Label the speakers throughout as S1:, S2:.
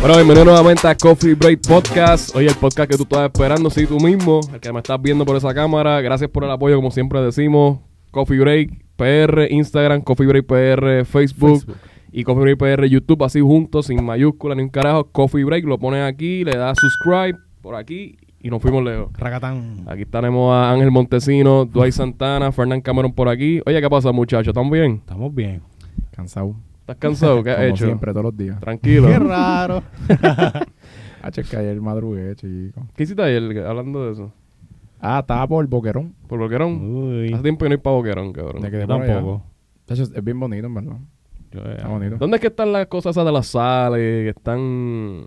S1: Bueno, bienvenido nuevamente a Coffee Break Podcast. Hoy el podcast que tú estás esperando, sí, tú mismo, el que me estás viendo por esa cámara. Gracias por el apoyo, como siempre decimos. Coffee Break PR, Instagram, Coffee Break PR, Facebook,
S2: Facebook.
S1: y Coffee Break PR YouTube, así juntos, sin mayúscula ni un carajo. Coffee Break, lo pones aquí, le das subscribe por aquí y nos fuimos lejos.
S2: Racatán.
S1: Aquí tenemos a Ángel Montesino, Dwight Santana, Fernán Cameron por aquí. Oye, ¿qué pasa, muchachos? ¿Están bien?
S2: Estamos bien.
S3: Cansado.
S1: ¿Estás cansado? ¿Qué has
S3: como
S1: hecho?
S3: siempre, todos los días.
S1: Tranquilo.
S2: raro.
S3: Hacho, es que ayer madrugué, chico.
S1: ¿Qué hiciste ayer hablando de eso?
S3: Ah, estaba por Boquerón.
S1: ¿Por
S3: Uh,
S1: Boquerón?
S2: Uy.
S1: Hace tiempo que no hay pa' Boquerón, cabrón.
S3: Me quedé
S2: Yo
S3: por allá.
S2: tampoco.
S3: Hacho, es bien bonito, en verdad.
S2: Yo, eh,
S3: Está bonito.
S1: ¿Dónde es que están las cosas esas de las sales que están...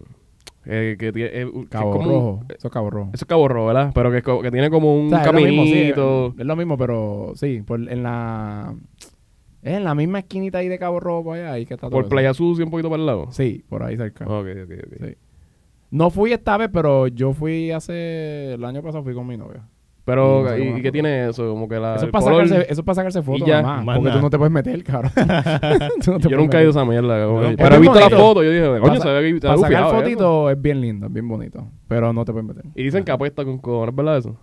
S1: eh, que, tie- eh, que
S3: Cabo
S1: es como un-
S3: Rojo. Eso es Cabo Rojo.
S1: eso es Cabo Rojo, ¿verdad? Pero que, es co- que tiene como un
S3: O sea, es lo mismo, sí,
S1: caminito.
S3: es lo mismo, pero sí. Por, en la... Es en la misma esquinita ahí de Cabo Rojo, por allá. Ahí que está todo
S1: por
S3: eso.
S1: Playa Ah. Sucia un poquito para el lado.
S3: Sí, por ahí cerca.
S1: Ok, ok, ok.
S3: Sí. No fui esta vez, pero yo fui hace... El año pasado fui con mi novia.
S1: Pero,
S3: No sé
S1: ¿y,
S3: cómo
S1: y qué
S3: es.
S1: tiene eso? Como que la... Ah, el
S3: Eso es, para
S1: color.
S3: sacarse, eso es para sacarse
S1: Y
S3: fotos
S1: ya.
S3: nada
S2: Más
S3: más. Porque
S2: nada.
S3: tú no te puedes meter, cabrón. Tú no te
S1: Yo nunca he
S3: puedes meter.
S1: ido a esa mierda, cabrón.
S2: No,
S1: Pero he
S3: es
S1: visto la
S3: bonito.
S1: foto, yo dije, coño,
S3: Para-
S1: se ve que se ve
S3: Para sacar
S1: bufiado, ¿eh?
S3: fotito es bien lindo, es bien bonito. Pero no te puedes meter.
S1: Y dicen que apesta con cojones, ¿verdad eso?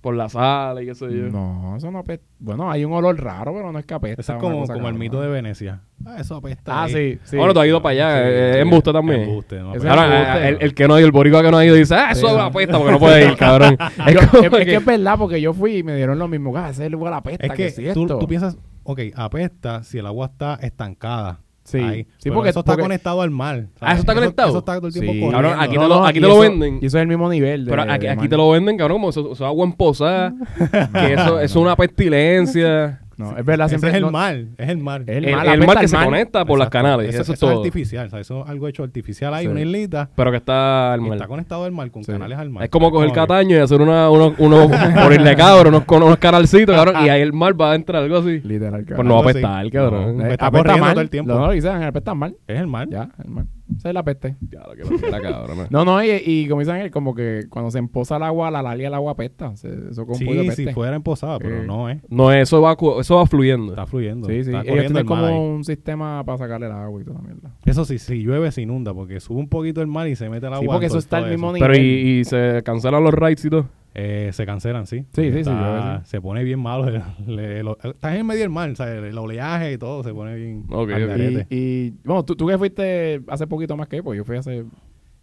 S1: Por la sala y qué sé yo.
S3: No, eso no apesta. Bueno, hay un olor raro, pero no es que apesta.
S2: Eso es
S3: una
S2: como,
S3: cosa
S2: como el
S3: cabrona.
S2: mito de Venecia. Ah, eso apesta.
S3: Ah, sí, sí.
S1: Bueno, tú has ido para allá,
S3: Sí,
S1: eh,
S3: sí.
S1: embuste también.
S2: Embuste, no,
S3: Ese-
S2: pero-
S1: Ahora,
S3: embuste.
S1: eh, el, el que no ha ido, el boricua que no ha ido, dice, ah, eso
S3: Sí,
S1: es
S3: no.
S1: una pesta porque no puede ir, cabrón.
S3: Ah, Yo-
S1: es
S3: es,
S1: como
S3: es que...
S1: que-
S3: es verdad, porque yo fui y me dieron lo mismo. Ah, ese lugar apesta.
S2: es
S3: ¿qué
S2: que
S3: es
S2: tú,
S3: esto?
S2: tú piensas, ok, apesta si el agua está estancada.
S3: Sí.
S2: ahí.
S3: Sí,
S2: Pero
S3: porque-
S2: eso está
S3: porque-
S2: conectado al mar. ¿sabes?
S1: Ah, ¿eso está conectado?
S2: Eso está todo el tiempo
S3: Sí.
S2: corriendo.
S1: Cabrón, aquí
S3: No,
S1: te lo-
S3: no,
S1: aquí
S3: y
S1: te lo
S3: eso-
S1: venden.
S3: Y eso es el mismo nivel. de-
S1: Pero aquí,
S3: de
S1: aquí
S3: mar.
S1: te lo venden, cabrón, como eso, eso es agua en posada, que eso,
S3: No,
S1: eso es una pestilencia.
S3: No, es verdad,
S2: Ese
S3: siempre
S2: es el
S3: no-
S2: mar. Es el mar.
S3: Es
S1: El,
S3: mar,
S1: el
S3: apesta
S1: mar que
S3: el
S1: se
S3: mar.
S1: conecta por las
S2: Exacto.
S1: canales, eso, es todo.
S2: artificial. o sea, Eso es algo hecho artificial. Hay
S3: Sí.
S2: una islita
S1: Pero que está al
S2: y
S1: mar.
S2: está conectado al mar con
S3: Sí.
S2: canales al mar.
S1: Es como coger
S2: Como-
S1: Cataño y hacer una, unos, unos, ponerle cabrón, unos, unos canalcitos, cabrón, y ahí el mar va a entrar, algo así.
S3: Literal,
S1: Pues no va a
S2: Algo así.
S1: apestar, cabrón.
S2: No,
S3: Eh,
S2: pues está corriendo todo el tiempo.
S3: No, no, dicen, apesta mal.
S2: Es el mar.
S3: Ya, el mar. Esa es la peste.
S1: Ya, lo que lo quiera, cabrón. eh.
S3: No, no, y, y como dicen, como que cuando se empoza el agua, la larga el agua apesta. Se- eso con
S2: Sí,
S3: puro
S2: si
S3: peste.
S2: fuera en posada, pero
S3: Eh.
S2: no es.
S1: No, eso va, cu- eso va fluyendo.
S2: Está fluyendo.
S3: Sí, sí.
S2: Está
S3: Ellos
S2: corriendo
S3: tienen
S2: el mar
S3: como
S2: ahí.
S3: un sistema para sacarle el agua y toda la mierda.
S2: Eso sí, si llueve se inunda porque sube un poquito el mar y se mete el agua.
S3: sí, porque
S2: en
S3: eso
S2: todo-
S3: está
S2: todo
S3: al mismo nivel.
S1: Pero y, y se cancelan los rides y todo.
S2: Eh, se cancelan, sí.
S3: Sí, sí, sí,
S2: Está-
S3: llueve, sí.
S2: Se pone bien malo. el- el- el- estás en medio del mar, o sea, el, el oleaje y todo se pone bien.
S1: Ok,
S2: al
S1: ok.
S2: garete.
S3: Y, y, bueno, tú, tú que fuiste hace poquito más que yo, pues yo fui hace...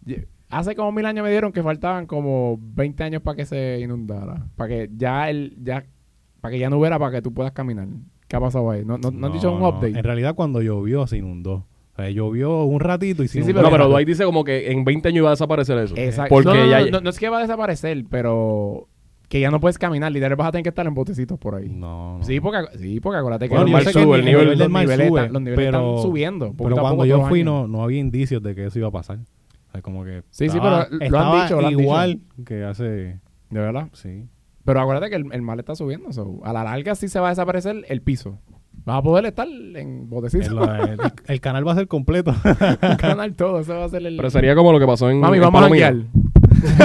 S3: ye- Hace como mil años me dieron que faltaban como 20 años para que se inundara. Para que ya el... ya Para que ya no hubiera para que tú puedas caminar. ¿Qué ha pasado ahí? ¿No, no, no han dicho un
S2: no.
S3: update?
S2: En realidad, cuando llovió, se inundó. O sea, llovió un ratito y se
S3: Sí, sí,
S2: inundó.
S1: no,
S3: pero-
S1: pero Dwight dice como que en 20 años iba a desaparecer eso.
S3: Exacto.
S1: Porque
S3: no, no, no,
S1: ya...
S3: no, no es que va a desaparecer, pero que ya no puedes caminar. Literal, vas a tener que estar en botecitos por ahí.
S2: No, no.
S3: Sí, porque, sí, porque acuérdate que
S1: Bueno,
S3: los
S1: yo
S3: mar-
S1: sé que el nivel
S3: los
S2: del mar
S3: niveles
S2: sube,
S3: están- los niveles
S2: pero-
S3: están subiendo. poco
S2: Pero
S3: a poco
S2: cuando
S3: todos
S2: yo
S3: los
S2: fui,
S3: años.
S2: no, no había indicios de que eso iba a pasar. O sea, como que.
S3: Sí, sí,
S2: estaba-
S3: pero lo han
S2: estaba
S3: dicho, lo han
S2: Igual que hace.
S3: De verdad.
S2: Sí.
S3: Pero acuérdate que el, el mar está subiendo. so, a la larga sí se va a desaparecer el piso. Vas a poder estar en botecitos.
S2: El, el- el canal va a ser completo.
S3: en canal todo. Eso va a ser el...
S1: Pero sería como lo que pasó en
S3: Mami,
S1: en
S3: vamos a
S1: Palomino.
S3: janguear.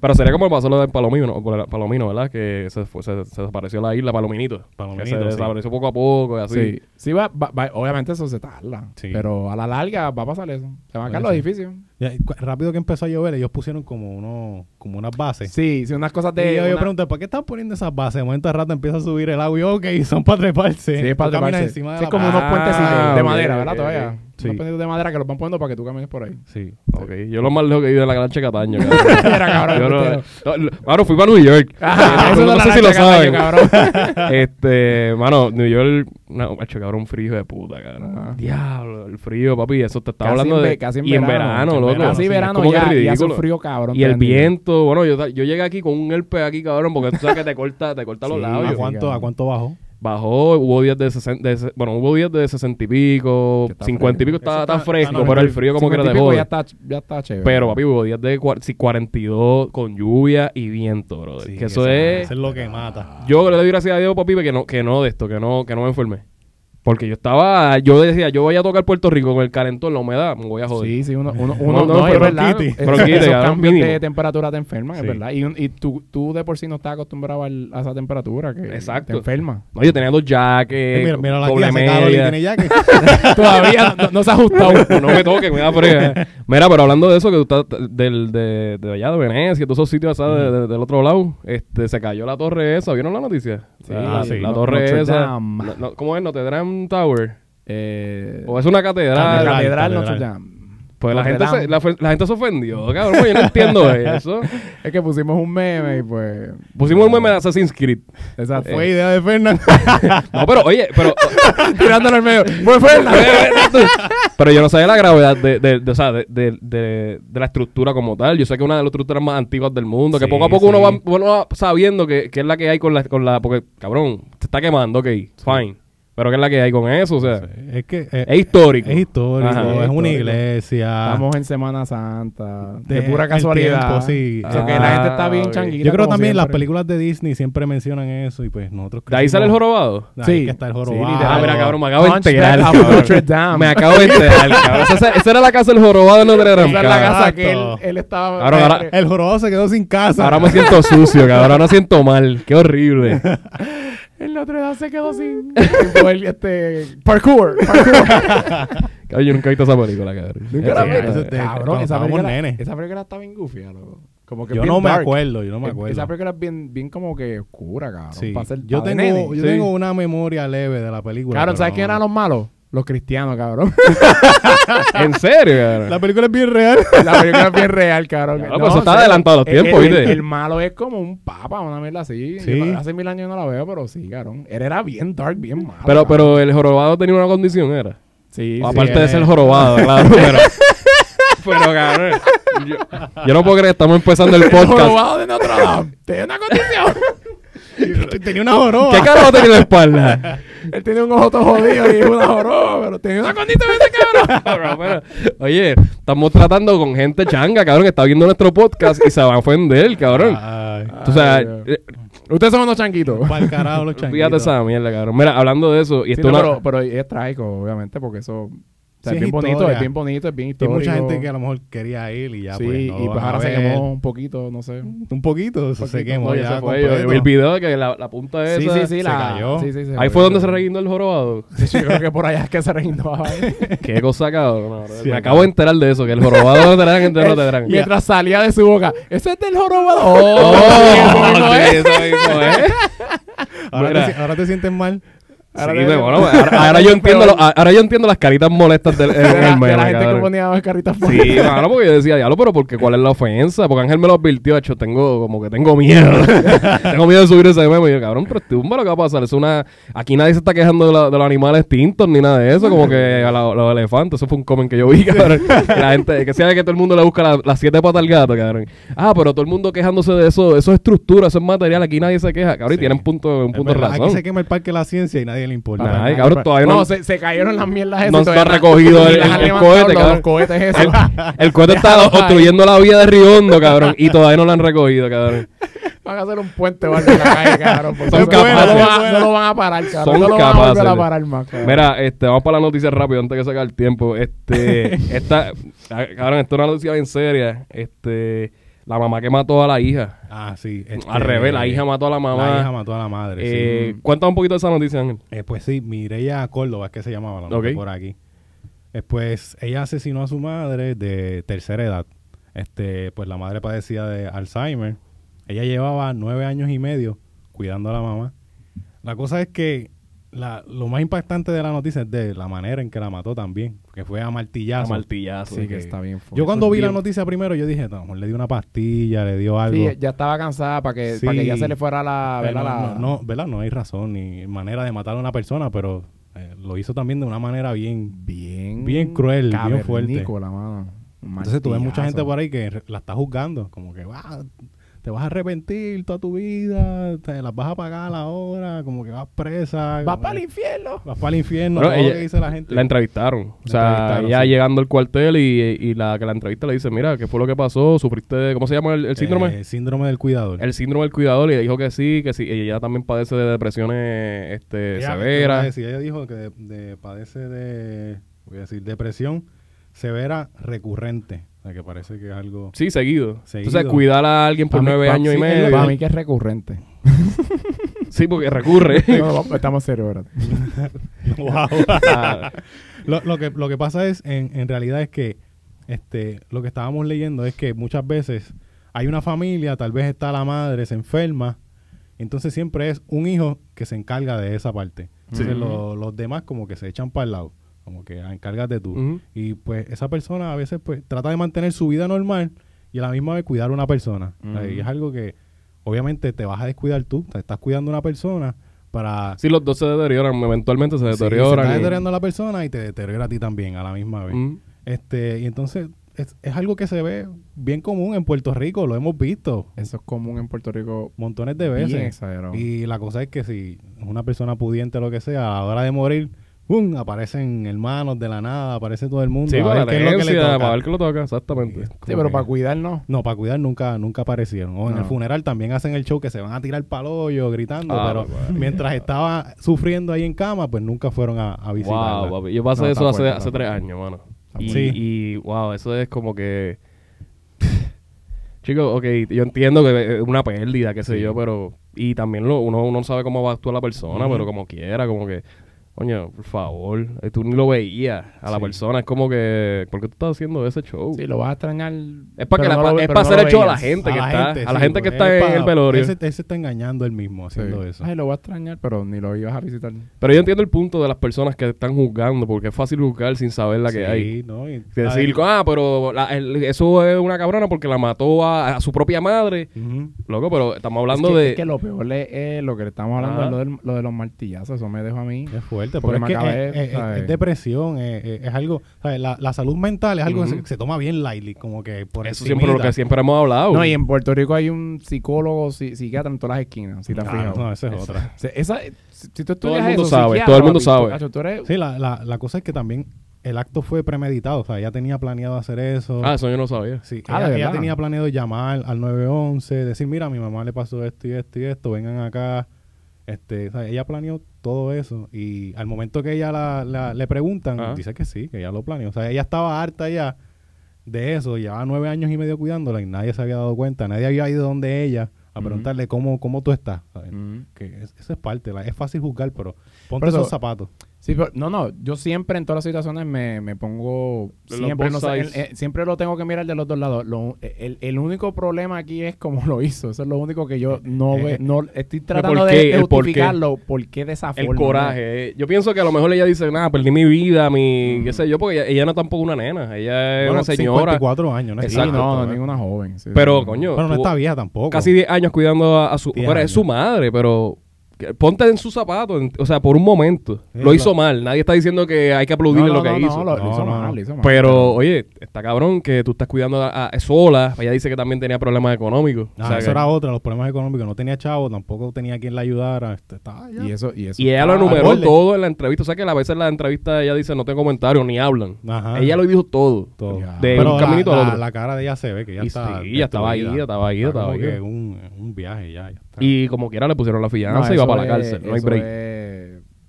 S1: Pero sería como lo que pasó lo de Palomino, por- Palomino, ¿verdad? Que se, fue- se- se desapareció la isla Palominito.
S2: Palominito,
S1: Que se
S2: sí.
S1: desapareció poco a poco y así.
S3: Sí. Sí, va, va- va- obviamente eso se tarda.
S2: Sí.
S3: Pero a la larga va a pasar eso. Se van a caer
S2: Bueno, sí.
S3: los edificios.
S2: Ya, y cu- rápido que empezó a llover, ellos pusieron como uno, como unas bases.
S3: Sí, sí, unas cosas de...
S2: Y yo, yo
S3: una-
S2: pregunté, ¿para qué están poniendo esas bases? De momento de rato empieza a subir el agua y yo, ok, son para treparse.
S3: Sí, es para
S2: Tú caminas
S3: treparse.
S2: encima de
S3: Sí,
S2: la
S3: es como
S2: base.
S3: unos
S1: Ah,
S3: puentecitos de
S1: ok,
S3: madera,
S1: ok,
S3: ¿verdad?
S1: ok.
S3: Todavía.
S2: Sí.
S3: Unos puentecitos de madera que los van poniendo para que tú camines por ahí.
S2: Sí.
S1: Ok, yo lo más lejos que he ido de la Gran Cataño. cabrón.
S3: Era cabrón.
S1: Yo no-
S3: embustero.
S1: no, lo- Claro, fui para New York.
S3: Ah,
S1: no,
S3: eso
S1: no
S3: es la
S1: sé si lo
S3: naranja,
S1: saben.
S3: caballo, cabrón.
S1: este, mano, New York, no, macho, cabrón, frío de puta, cabrón.
S3: Ajá.
S1: Diablo, el frío, papi, eso te estaba
S3: Ah. Casi
S1: hablando
S3: en
S1: de
S3: ve- casi en
S1: y en
S3: verano,
S1: verano,
S2: en
S1: loco.
S2: verano,
S3: Así
S2: sí,
S3: verano
S1: como que
S3: ya, ya hace
S1: ridículo.
S3: un frío cabrón.
S1: Y el
S3: tremendo.
S1: viento, bueno, yo, yo llegué aquí con un herpes aquí, cabrón, porque tú sabes que te corta, te corta los
S3: Sí,
S1: labios.
S2: Ah, ¿A
S3: Obvio.
S2: cuánto, ¿A cuánto bajó?
S1: Bajó, hubo días de 60, de se- bueno, hubo días de 60 y pico,
S3: Que está
S1: 50 y pico
S3: fresco.
S1: estaba
S2: Eso
S1: tan
S2: está-
S1: fresco,
S2: está
S1: pero el
S2: normal.
S1: frío como que era
S3: 50 y
S1: de
S3: pico
S1: joder.
S3: Ya está, ya está chévere.
S1: Pero, papi, hubo días de cua- sí, 42 con lluvia y viento, brother.
S2: Sí,
S1: que eso
S2: esa-
S1: es...
S2: Eso es lo que mata.
S3: Ah.
S1: Yo le doy gracias a Dios, papi, que no, que no de esto, que no, que no me enfermé. Porque yo estaba, yo decía, yo voy a tocar Puerto Rico con el calentón, la humedad, me voy a joder.
S3: Sí, sí, uno, uno,
S1: No,
S3: uno no,
S1: no,
S3: es
S1: pero
S3: verdad.
S2: Kitty.
S3: es-
S1: Pero Kitty,
S3: esos
S1: cabrón,
S3: cambios
S1: mínimo.
S3: de temperatura te enferman,
S2: Sí.
S3: es verdad. Y, un- y tú, tú de por sí no estás acostumbrado al- a esa temperatura que
S1: Exacto.
S3: te enferma.
S1: No, yo tenía dos
S2: Eh,
S1: jackets,
S2: mira, mira la
S1: doble
S2: tía, hace
S1: media.
S2: calor y tiene jacket.
S3: Todavía no, no se ha ajustado.
S1: No, no me toques, me da fría. eh. Mira, pero hablando de eso, que tú estás del, de, de allá de Venecia, todos esos sitios allá de- de- del otro lado, este, se cayó la torre esa, ¿vieron la noticia?
S3: Sí,
S1: la,
S2: sí.
S1: la
S3: No-
S1: torre
S3: Notre
S1: esa.
S3: Dame.
S1: No- no, ¿Cómo es? Notre Dame Tower.
S3: Eh,
S1: O es una catedral.
S3: catedral,
S2: catedral.
S3: Notre Dame.
S1: Pues la
S3: Notre
S1: gente, se,
S3: Dame.
S1: la, fe- la gente se ofendió, cabrón, pues yo no entiendo eso.
S3: Es que pusimos un meme y pues.
S1: Pusimos un meme de Eh, Assassin's Creed.
S3: Exacto.
S2: Fue idea de Fernan.
S1: No, pero oye, pero
S3: tirándolo al medio. Fue Fernan.
S1: Pero yo no sabía la gravedad de, de, de- o sea, de, de- de- de la estructura como tal. Yo sé que es una de las estructuras más antiguas del mundo, que
S2: Sí,
S1: poco a poco
S2: sí.
S1: uno, va, uno va sabiendo que, que es la que hay con la, con la... Porque, cabrón, se está quemando, ok, fine. Pero ¿qué es la que hay con eso? O sea,
S2: es que eh,
S1: es histórico.
S2: es histórico,
S1: Ajá.
S2: es una
S3: Histórico.
S2: iglesia.
S1: ah.
S3: Estamos en Semana Santa. De,
S2: De-
S3: pura
S2: el
S3: casualidad.
S2: tiempo, sí.
S3: O sea, que
S1: Ah,
S3: la gente está bien
S1: ok.
S3: changuita.
S2: Yo creo
S3: como
S2: también las
S3: siempre.
S2: películas de Disney siempre mencionan eso y pues nosotros
S1: ¿De ahí sale el
S2: crecimos-
S1: jorobado?
S2: Ahí
S3: Sí.
S2: que está el
S3: Sí,
S2: jorobado.
S3: literal.
S1: Ah, mira, cabrón, me acabo de
S3: Hunchback
S1: enterar.
S3: of
S1: cabrón.
S3: ah, Notre Dame.
S1: Me acabo de enterar, cabrón. Esa, esa era la casa del jorobado de Notre Dame,
S3: Esa es la
S1: cabrón.
S3: casa que él,
S2: Exacto.
S3: él estaba.
S1: Cabrón, ahora-
S3: eh,
S2: El jorobado se quedó sin casa.
S1: Ahora me siento sucio, cabrón. Ahora siento mal. Qué horrible.
S3: El Notre Dame se quedó sin. sin poder, este, parkour. parkour.
S1: Cabrón, yo nunca he visto esa película, cabrón.
S2: Nunca la
S1: Sí,
S2: vi.
S1: cabrón.
S2: Eso te- cuando estábamos nenes.
S3: esa película está bien gufia, loco. Como que
S2: yo
S3: bien
S2: no me
S3: dark.
S2: acuerdo, yo no me acuerdo.
S3: Esa película es bien, bien como que oscura, cabrón.
S2: Sí.
S3: para ser-
S2: Yo,
S3: para de
S2: tengo,
S3: nene.
S2: yo
S1: sí.
S2: tengo una memoria leve de la película.
S3: Cabrón,
S2: pero
S3: ¿sabes
S2: no-
S3: quién eran los malos? Los cristianos, cabrón.
S1: ¿En serio, cabrón?
S2: La película es bien real.
S3: La película es bien real, cabrón.
S1: Claro, pues eso
S3: en
S1: está
S3: serio.
S1: adelantado a los
S3: El-
S1: tiempos,
S3: el,
S1: ¿viste?
S3: el malo es como un papa, una mierda así.
S2: Sí.
S3: Yo hace mil años no la veo, pero sí, cabrón. Él era bien dark, bien malo.
S1: Pero,
S3: cabrón.
S1: pero el jorobado tenía una condición, ¿era?
S3: Sí, eh.
S1: O
S3: sí,
S1: aparte
S3: él-
S1: de ser jorobado, claro, pero... pero, cabrón, yo, yo no puedo creer, estamos empezando el podcast.
S3: jorobado de Notre Dame. Tiene una condición.
S2: Tenía una joroba.
S1: ¿Qué carajo tenía en la espalda?
S3: Él tiene un ojo todo jodido y una joroba, pero tiene una condición ese cabrón.
S1: Cabrón, pero- oye, estamos tratando con gente changa, cabrón, que está viendo nuestro podcast y se va a ofender, cabrón.
S2: Ay,
S1: o sea,
S3: Ah, Ay, Dios. Ustedes son unos chanquitos.
S2: pa'l carajo los changuitos.
S1: fíjate esa mierda, cabrón. Mira, hablando de eso, y
S3: Sí,
S1: esto
S3: no,
S1: una-
S3: pero, pero es trágico, obviamente, porque eso o sea,
S2: Sí,
S3: es
S2: es
S3: bien bonito,
S2: historia.
S3: es bien bonito, es bien
S2: Hay
S3: histórico.
S2: mucha gente que a lo mejor quería ir y ya
S3: sí,
S2: pues no
S3: y
S2: lo
S3: pues
S2: van a
S3: ahora se
S2: ver.
S3: quemó un poquito, no sé.
S2: Un poquito, eso se
S3: poquito.
S2: quemó
S1: Oye,
S2: ya
S1: se fue, yo, yo
S2: completo.
S1: vi el video de que la, la punta esa...
S3: Sí, sí, sí,
S2: se
S3: la
S2: cayó.
S3: Sí, sí, sí,
S1: Ahí fue donde se reguindó el jorobado.
S3: Sí, yo creo que por allá es que se reguindó.
S1: Qué cosa, cabrón. No,
S2: Sí,
S1: me
S2: acá.
S1: acabo de enterar de eso, que el jorobado de Notre Dame entró en Notre Dame.
S3: Mientras salía de su boca, ese es del jorobado. Oh,
S1: ¡Oh!
S3: sí, eso
S1: sí,
S3: es.
S1: eso mismo ¿Eh? es.
S2: Ahora
S1: Mira.
S2: te, si- ahora te sientes mal.
S1: Sí,
S3: Ahora
S1: me-
S3: te-
S1: bueno, ahora, ahora yo entiendo lo- ahora yo entiendo las caritas molestas del en
S3: De la,
S1: el
S3: de
S1: meme,
S3: la gente que
S1: cabrón.
S3: ponía las carritas por
S1: Sí, mano, porque yo decía, diablo, pero porque cuál es la ofensa? Porque Ángel me lo advirtió, hecho, tengo como que tengo miedo. tengo miedo de subir ese meme. Y yo, cabrón, pero este humba lo que va a pasar. Es una. Aquí nadie se está quejando de, la- de los animales extintos ni nada de eso. Como que a la- los elefantes. Eso fue un comment que yo vi, cabrón. Que la gente, que sea que todo el mundo le busca la- las siete patas al gato, cabrón. Ah, pero todo el mundo quejándose de eso, eso es estructura, eso es material, aquí nadie se queja, cabrón, y
S2: Sí.
S1: tienen punto, un
S2: Es
S1: punto de
S2: verdad,
S1: razón.
S2: Aquí se quema el parque de la ciencia y nadie le importa. Ah,
S1: Nah,
S2: Nadie-
S1: cabrón, todavía
S3: no,
S1: no.
S3: se, se cayeron las mierdas esas.
S1: No
S3: y todavía
S1: está recogido
S3: ni
S1: el-
S3: las han
S1: el
S3: levantado
S1: cohete,
S3: los-
S1: cabrón.
S3: Los cohetes
S1: El,
S3: esos.
S1: el cohete está
S3: Déjalo ahí.
S1: obstruyendo la vía de Riondo, cabrón, y todavía no la han recogido, cabrón.
S3: Van a hacer un puente o algo en la calle, cabrón. porque
S1: Son
S3: eso no-
S1: capaces.
S3: No, lo van- no lo van a parar, cabrón.
S1: Son
S3: no lo van a volver
S1: capaces.
S3: a parar más, cabrón.
S1: Mira, este, vamos para la noticia rápido antes que se acabe el tiempo. Este, esta, ah, cabrón, esto es una noticia bien seria. Este, la mamá que mató a la hija.
S2: Ah, sí. este,
S1: Al revés, la hija mató a la mamá.
S2: La hija mató a la madre, sí.
S1: Eh, Cuéntame un poquito de esa noticia, Ángel.
S2: Eh, pues sí, Mireya Córdoba, es que se llamaba la mujer
S1: Ok.
S2: por aquí. Eh, pues ella asesinó a su madre de tercera edad. Este, pues la madre padecía de Alzheimer. Ella llevaba nueve años y medio cuidando a la mamá. La cosa es que la- lo más impactante de la noticia es de la manera en que la mató también, que fue a martillazo.
S1: martillazo.
S3: Sí, que está bien fuerte.
S2: yo cuando vi la
S3: Bien
S2: noticia primero, yo dije, no, a lo mejor le dio una pastilla, le dio algo.
S3: Sí, ya estaba cansada para que,
S2: Sí.
S3: para que ya se le fuera la.
S2: Eh,
S3: ¿verdad?
S2: no,
S3: la-
S2: no, no, ¿verdad? No hay razón ni manera de matar a una persona, pero eh, lo hizo también de una manera bien.
S3: Bien.
S2: Bien cruel, bien fuerte.
S3: cavernícola, mano.
S2: Entonces tú ves mucha gente por
S3: ahí.
S2: ahí que re- la está juzgando, como que, "Wow, te vas a arrepentir toda tu vida, te las vas a pagar ahora, como que vas presa.
S3: Va
S2: como
S3: para el
S2: que
S3: infierno.
S2: Vas para el infierno,
S1: Bueno,
S2: todo lo
S1: ella-
S2: que dice la gente.
S1: La entrevistaron. O
S2: La
S1: sea,
S2: entrevistaron,
S1: ya
S2: sí.
S1: llegando al cuartel y, y la que la entrevista le dice, mira, ¿qué fue lo que pasó? ¿Sufriste, de- cómo se llama el, el síndrome?
S2: Eh, síndrome del cuidador.
S1: el síndrome del cuidador y dijo que sí, que sí. Ella también padece de depresiones este,
S2: Ella, te voy a
S1: severas.
S2: decir, ella dijo que de- de- padece de, voy a decir, depresión severa recurrente. O sea, que parece que es algo...
S1: Sí, seguido.
S2: Seguido.
S1: Entonces, cuidar a alguien por
S3: Pa' mí-
S1: nueve
S3: pa-
S1: años
S3: sí,
S1: y
S3: que es lo- Para mí
S1: medio.
S3: que es recurrente.
S1: Sí, porque recurre.
S3: No, no, estamos serios, ¿verdad?
S2: Wow.
S1: Ah,
S2: lo, lo que, lo que pasa es, en, en realidad es que este, lo que estábamos leyendo es que muchas veces hay una familia, tal vez está la madre, se enferma, entonces siempre es un hijo que se encarga de esa parte. Entonces
S1: Sí.
S2: lo- los demás como que se echan para el lado, como que "Ah, encárgate tú.
S1: Ujú.
S2: Y pues esa persona a veces pues trata de mantener su vida normal y a la misma vez cuidar a una persona. O sea,
S3: Ujú.
S2: Y es algo que obviamente te vas a descuidar tú, te estás cuidando a una persona para
S1: sí, los dos se deterioran. Eventualmente se
S2: Sí, se
S1: deterioran.
S2: está
S1: y-
S2: deteriorando a la persona y te deteriora a ti también a la misma vez.
S1: Mm.
S2: Este, y entonces es, es algo que se ve bien común en Puerto Rico, lo hemos visto
S3: Eso es común en Puerto Rico.
S2: montones de
S3: Bien
S2: veces.
S3: exagerado.
S2: Y la cosa es que si una persona pudiente o lo que sea, a la hora de morir, ¡pum! aparecen hermanos de la nada, aparece todo el mundo.
S1: Sí,
S2: a
S1: para
S2: ver
S1: la
S2: qué es lo que le
S1: herencia,
S2: toca.
S1: para ver qué lo toca, exactamente.
S2: Sí,
S3: Sí, pero para cuidarnos.
S2: No, para cuidar nunca, nunca aparecieron. O en
S3: No.
S2: el funeral también hacen el show que se van a tirar palollo, gritando,
S1: Ah,
S2: pero
S1: papá.
S2: mientras estaba sufriendo ahí en cama, pues nunca fueron a, a visitarla.
S1: Wow, papi. Yo pasé
S3: No, está
S1: eso hace,
S3: fuerte, está
S1: hace tres
S3: fuerte.
S1: años, mano. Y,
S2: fuerte.
S1: y, wow, eso es como que. Chicos, ok, yo entiendo que es una pérdida, qué sé
S2: Sí.
S1: yo, pero. Y también lo, uno no sabe cómo va a actuar la persona,
S2: Ujú.
S1: pero como quiera, como que. Coño, por favor, eh, tú ni lo veías a la
S2: Sí.
S1: persona. Es como que. ¿Por qué tú estás haciendo ese show?
S3: Uh. Sí, lo vas a extrañar.
S1: Es para, que
S3: pero
S1: la,
S3: no lo ve-
S1: es
S3: pero
S1: para
S3: no
S1: hacer
S3: lo
S1: el show a la
S3: veías.
S1: gente que
S2: A la
S1: está,
S2: gente,
S1: a la
S2: sí,
S1: gente que
S2: pues,
S1: está
S2: es
S1: en
S2: para-
S1: el velorio.
S2: Ese, ese está engañando él mismo haciendo
S3: Sí.
S2: eso.
S3: Ay, lo va a extrañar, pero ni lo ibas a visitar.
S1: Pero yo entiendo el punto de las personas que están juzgando, porque es fácil juzgar sin saber la que
S2: Sí,
S1: hay.
S2: ¿no? Y-
S1: Que decir, ah, pero la- el- eso es una cabrona porque la mató a, a su propia madre.
S2: Ujú.
S1: Loco, pero estamos hablando
S3: es que,
S1: de...
S3: es que lo peor es, es lo que le estamos hablando,
S1: Ajá.
S3: es lo, del- lo de los martillazos. Eso me dejó a mí.
S2: Es fuerte, porque
S3: Porque me
S2: es, que
S3: acabé,
S2: es- es- es-
S3: ¿sabes?
S2: es depresión, es, es- es algo, ¿sabes? La, la salud mental es algo que,
S1: Ujú.
S2: se, que se toma bien lightly, como que por
S1: eso siempre lo que
S2: encimita.
S1: siempre hemos hablado.
S3: No, y en Puerto Rico hay un psicólogo, si- psiquiatra en todas las esquinas, si te has
S2: Ah,
S3: fijado.
S2: no, esa es otra.
S3: O sea, esa- si, si tú estudias
S1: Todo el mundo
S3: eso,
S1: sabe,
S3: psiquiatra,
S1: todo el mundo
S3: papi,
S1: sabe.
S3: tú- cacho, tú eres-
S2: Sí, la, la, la cosa es que también el acto fue premeditado, o sea, ella tenía planeado hacer eso.
S1: Ah, eso yo no sabía.
S2: Sí,
S3: Ah,
S2: ella,
S3: ¿de
S2: ella
S3: verdad?
S2: tenía planeado llamar al 911, decir, mira, a mi mamá le pasó esto y esto y esto, vengan acá. Este, o sea, ella planeó todo eso y al momento que ella la, la- le preguntan,
S1: Ajá.
S2: dice que sí, que ella lo planeó. O sea, ella estaba harta ya de eso, llevaba nueve años y medio cuidándola y nadie se había dado cuenta, nadie había ido donde ella a
S3: Ujú.
S2: preguntarle cómo, cómo tú estás. ¿sabes?
S3: Mm.
S2: Que es- eso es parte, la- es fácil juzgar, pero ponte
S3: Por eso-
S2: esos zapatos.
S3: Sí, pero- no, no, yo siempre en todas las situaciones me, me pongo...
S1: De los
S3: siempre,
S1: both
S3: no sé,
S1: sides.
S3: el- eh, siempre lo tengo que mirar de los dos lados. Lo- eh, el, el único problema aquí es cómo lo hizo. Eso es lo único que yo no, ve- no estoy tratando
S1: por
S3: de,
S1: qué?
S3: de
S1: Eh, ¿El por qué?
S3: justificarlo. ¿Por qué de esa
S1: El
S3: forma? no?
S1: coraje. eh. Yo pienso que a lo mejor ella dice, nada, perdí mi vida, mi...
S3: Mm.
S1: qué sé yo, porque ella, ella no es tampoco una nena. Ella
S3: eh,
S1: es
S2: Bueno,
S1: una señora.
S2: 54 años, no es
S3: Sí,
S1: Exacto.
S3: no,
S2: ¿verdad?
S3: ninguna joven. sí,
S1: Pero,
S3: sí.
S1: coño,
S2: Pero no
S1: tuvo
S2: está vieja tampoco.
S1: casi 10 años cuidando a, a su...
S2: 10
S1: Pero es
S2: años.
S1: su madre, pero... que- Ponte en sus zapatos, en- o sea, por un momento.
S2: Sí,
S1: lo hizo
S2: lo-
S1: mal. Nadie está diciendo que hay que
S3: No,
S1: aplaudirle
S3: no,
S1: lo que
S3: no,
S1: hizo.
S3: No, lo, lo
S2: No,
S3: hizo
S2: no,
S3: mal,
S2: no.
S3: hizo mal.
S1: Pero, oye, está cabrón que tú estás cuidando a, a- sola. Ella dice que también tenía problemas económicos.
S2: Ah,
S1: O sea
S2: eso
S1: que-
S2: era otra, los problemas económicos. No tenía chavo, tampoco tenía quien la ayudara. Este, estaba ya.
S3: Y eso, y eso.
S1: Y ella lo
S3: está-
S1: enumeró
S2: borde.
S1: todo en la entrevista. O sea que a veces en la entrevista ella dice, no tengo comentarios, ni hablan.
S2: Ajá.
S1: Ella lo dijo todo.
S2: Todo.
S3: Ya.
S1: De
S2: Pero
S1: un
S2: la,
S1: caminito al
S2: la-
S1: otro.
S2: la cara de ella se ve que ya
S1: Y
S2: está.
S1: sí, ya estaba
S2: destruida.
S1: ida, estaba ida,
S2: Está como
S1: estaba ida.
S2: que un, un viaje ya. ya está.
S1: Y como quiera le pusieron la
S3: No,
S1: fianza y va
S3: eso
S1: para la
S3: es-
S1: cárcel. No hay
S3: eso
S1: break.
S3: es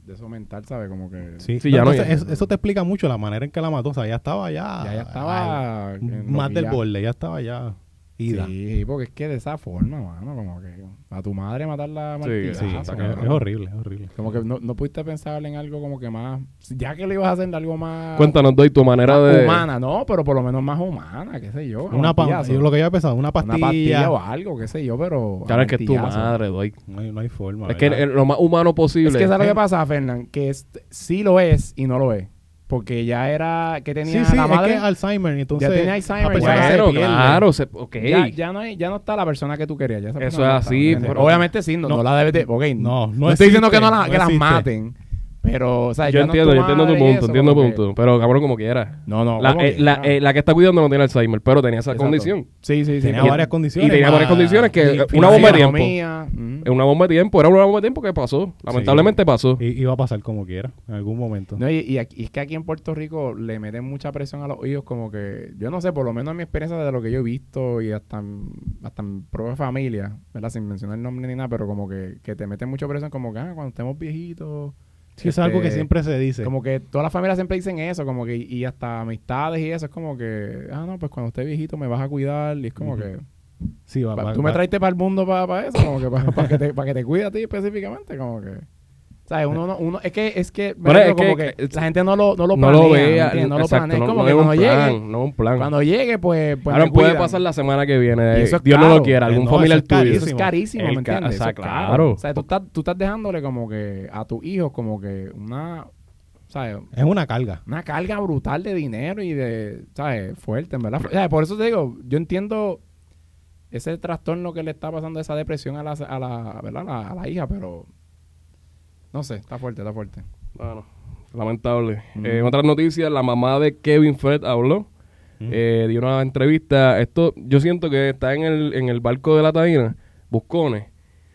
S3: de eso mental, ¿sabes? Como que.
S2: Sí.
S1: Sí, ya no-
S2: Entonces, es- eso te explica mucho la manera en que la mató. O sea, ya estaba ya.
S1: Ah,
S3: Ya, ya estaba.
S2: al-
S3: en lo
S2: más del
S3: ya-
S2: borde, ya estaba ya. Ida. Sí,
S3: Sí, porque es que de esa forma, mano, como que a tu madre matarla a
S1: Sí,
S3: martillazo,
S1: sí,
S2: es,
S1: está
S3: cabrón.
S1: cabrón.
S2: es horrible, es horrible.
S3: Como que no, no pudiste pensar en algo como que más. Ya que le ibas a hacer de algo más.
S1: Cuéntanos, Doy, tu manera
S3: más
S1: de...
S3: humana, no, pero por lo menos más humana, qué sé yo.
S2: Una pa-
S3: martillazo.
S2: yo lo que había pensado, una pastilla.
S3: Una pastilla o algo, qué sé yo, pero. a
S1: Claro, es que es tu
S3: martillazo.
S1: madre, Doy.
S2: no, hay, no hay forma.
S1: Es que
S2: ¿verdad?
S1: es lo más humano posible.
S3: Es que ¿sabes lo que pasa, Fernán? Que es, sí lo es y no lo es. Porque ya era que tenía
S2: sí, sí,
S3: la madre.
S2: es que Alzheimer. Entonces,
S3: tenía Alzheimer,
S2: la persona se
S1: Bueno,
S2: pierde.
S1: claro. se- ok.
S3: ya, ya no hay- ya no está la persona que tú querías. ya esa
S1: Eso
S3: persona
S1: es
S3: no está,
S1: así,
S3: ¿no?
S1: pero-
S3: Obviamente sí, no,
S2: No.
S3: no la debes de... ok,
S2: No, no
S3: estoy diciendo que,
S2: existen,
S3: no la-
S2: no
S3: que las
S2: existen.
S3: maten, Pero, o sea,
S1: Yo
S3: ya no es tu
S1: entiendo, yo entiendo tu
S3: madre y
S1: punto,
S3: eso,
S1: entiendo tu
S3: como que-
S1: punto. Pero cabrón, como quiera.
S3: No, no.
S1: la,
S3: ¿cómo
S1: eh,
S3: que?
S1: la,
S3: Ah,
S1: eh, la que está cuidando no tiene Alzheimer, pero tenía esa
S3: exacto.
S1: condición.
S3: Sí, sí, sí.
S2: Tenía
S3: Y-
S2: varias condiciones.
S1: y tenía varias
S2: más-
S1: condiciones que-
S2: y-
S1: una
S2: financiera.
S1: bomba de tiempo.
S3: Economía, ujú.
S1: Es Una bomba de tiempo, era una bomba de tiempo que pasó. Lamentablemente pasó.
S2: I- iba a pasar como quiera, en algún momento.
S3: No, y, y aquí- y es que aquí en Puerto Rico le meten mucha presión a los hijos, como que, yo no sé, por lo menos en mi experiencia de lo que yo he visto y hasta, en- hasta en propia familia, ¿verdad? Sin mencionar el nombre ni nada, pero como que, que te meten mucha presión, como que ah, cuando estemos viejitos.
S2: Sí, eso es algo que
S3: este,
S2: siempre se dice.
S3: Como que todas las familias siempre dicen eso, como que, y hasta amistades y eso, es como que, ah, no, pues cuando esté viejito me vas a cuidar, y es como
S2: Ujú.
S3: que,
S2: sí, va-
S3: pa-
S2: va-
S3: tú me
S2: va-
S3: traiste para el mundo para eso, como que para que, te, pa' que te cuide a ti específicamente, como que. ¿Sabes? Uno, no- uno, es que, es que, me
S1: Pero es
S3: refiero como
S1: que-
S3: que la gente no lo, no lo
S1: no
S3: planea.
S1: lo
S3: ¿me
S1: vea,
S3: entiendes? No lo
S1: exacto,
S3: planea. Es
S1: no-
S3: como
S1: no
S3: que
S1: es un
S3: cuando llegue,
S1: plan, no es un plan.
S3: cuando llegue, pues. pues
S1: Ahora
S3: me
S1: puede
S3: cuidan.
S1: pasar la semana que viene.
S3: Y eso es
S1: Dios no
S3: caro.
S1: lo quiera, algún
S2: Eh, no,
S1: familiar
S2: eso es carísimo.
S1: tuyo.
S3: Eso es carísimo,
S1: El
S3: ¿me
S1: ca-
S3: entiendes? Eso es
S1: exacto, claro.
S3: O sea, tú estás, tú estás dejándole como que a tus hijos como que una. ¿Sabes?
S2: Es una carga.
S3: una carga brutal de dinero y de, ¿sabes? Fuerte, en verdad. O sea, por eso te digo, yo entiendo ese trastorno que le está pasando, esa depresión a la, a la, ¿verdad? A la, a la hija, pero no sé, está fuerte, está fuerte.
S1: Bueno, lamentable.
S3: Mm.
S1: Eh, en otras noticias, la mamá de Kevin Fred habló,
S2: Mm.
S1: eh, dio una entrevista. Esto, yo siento que está en el, en el barco de la taína, buscones.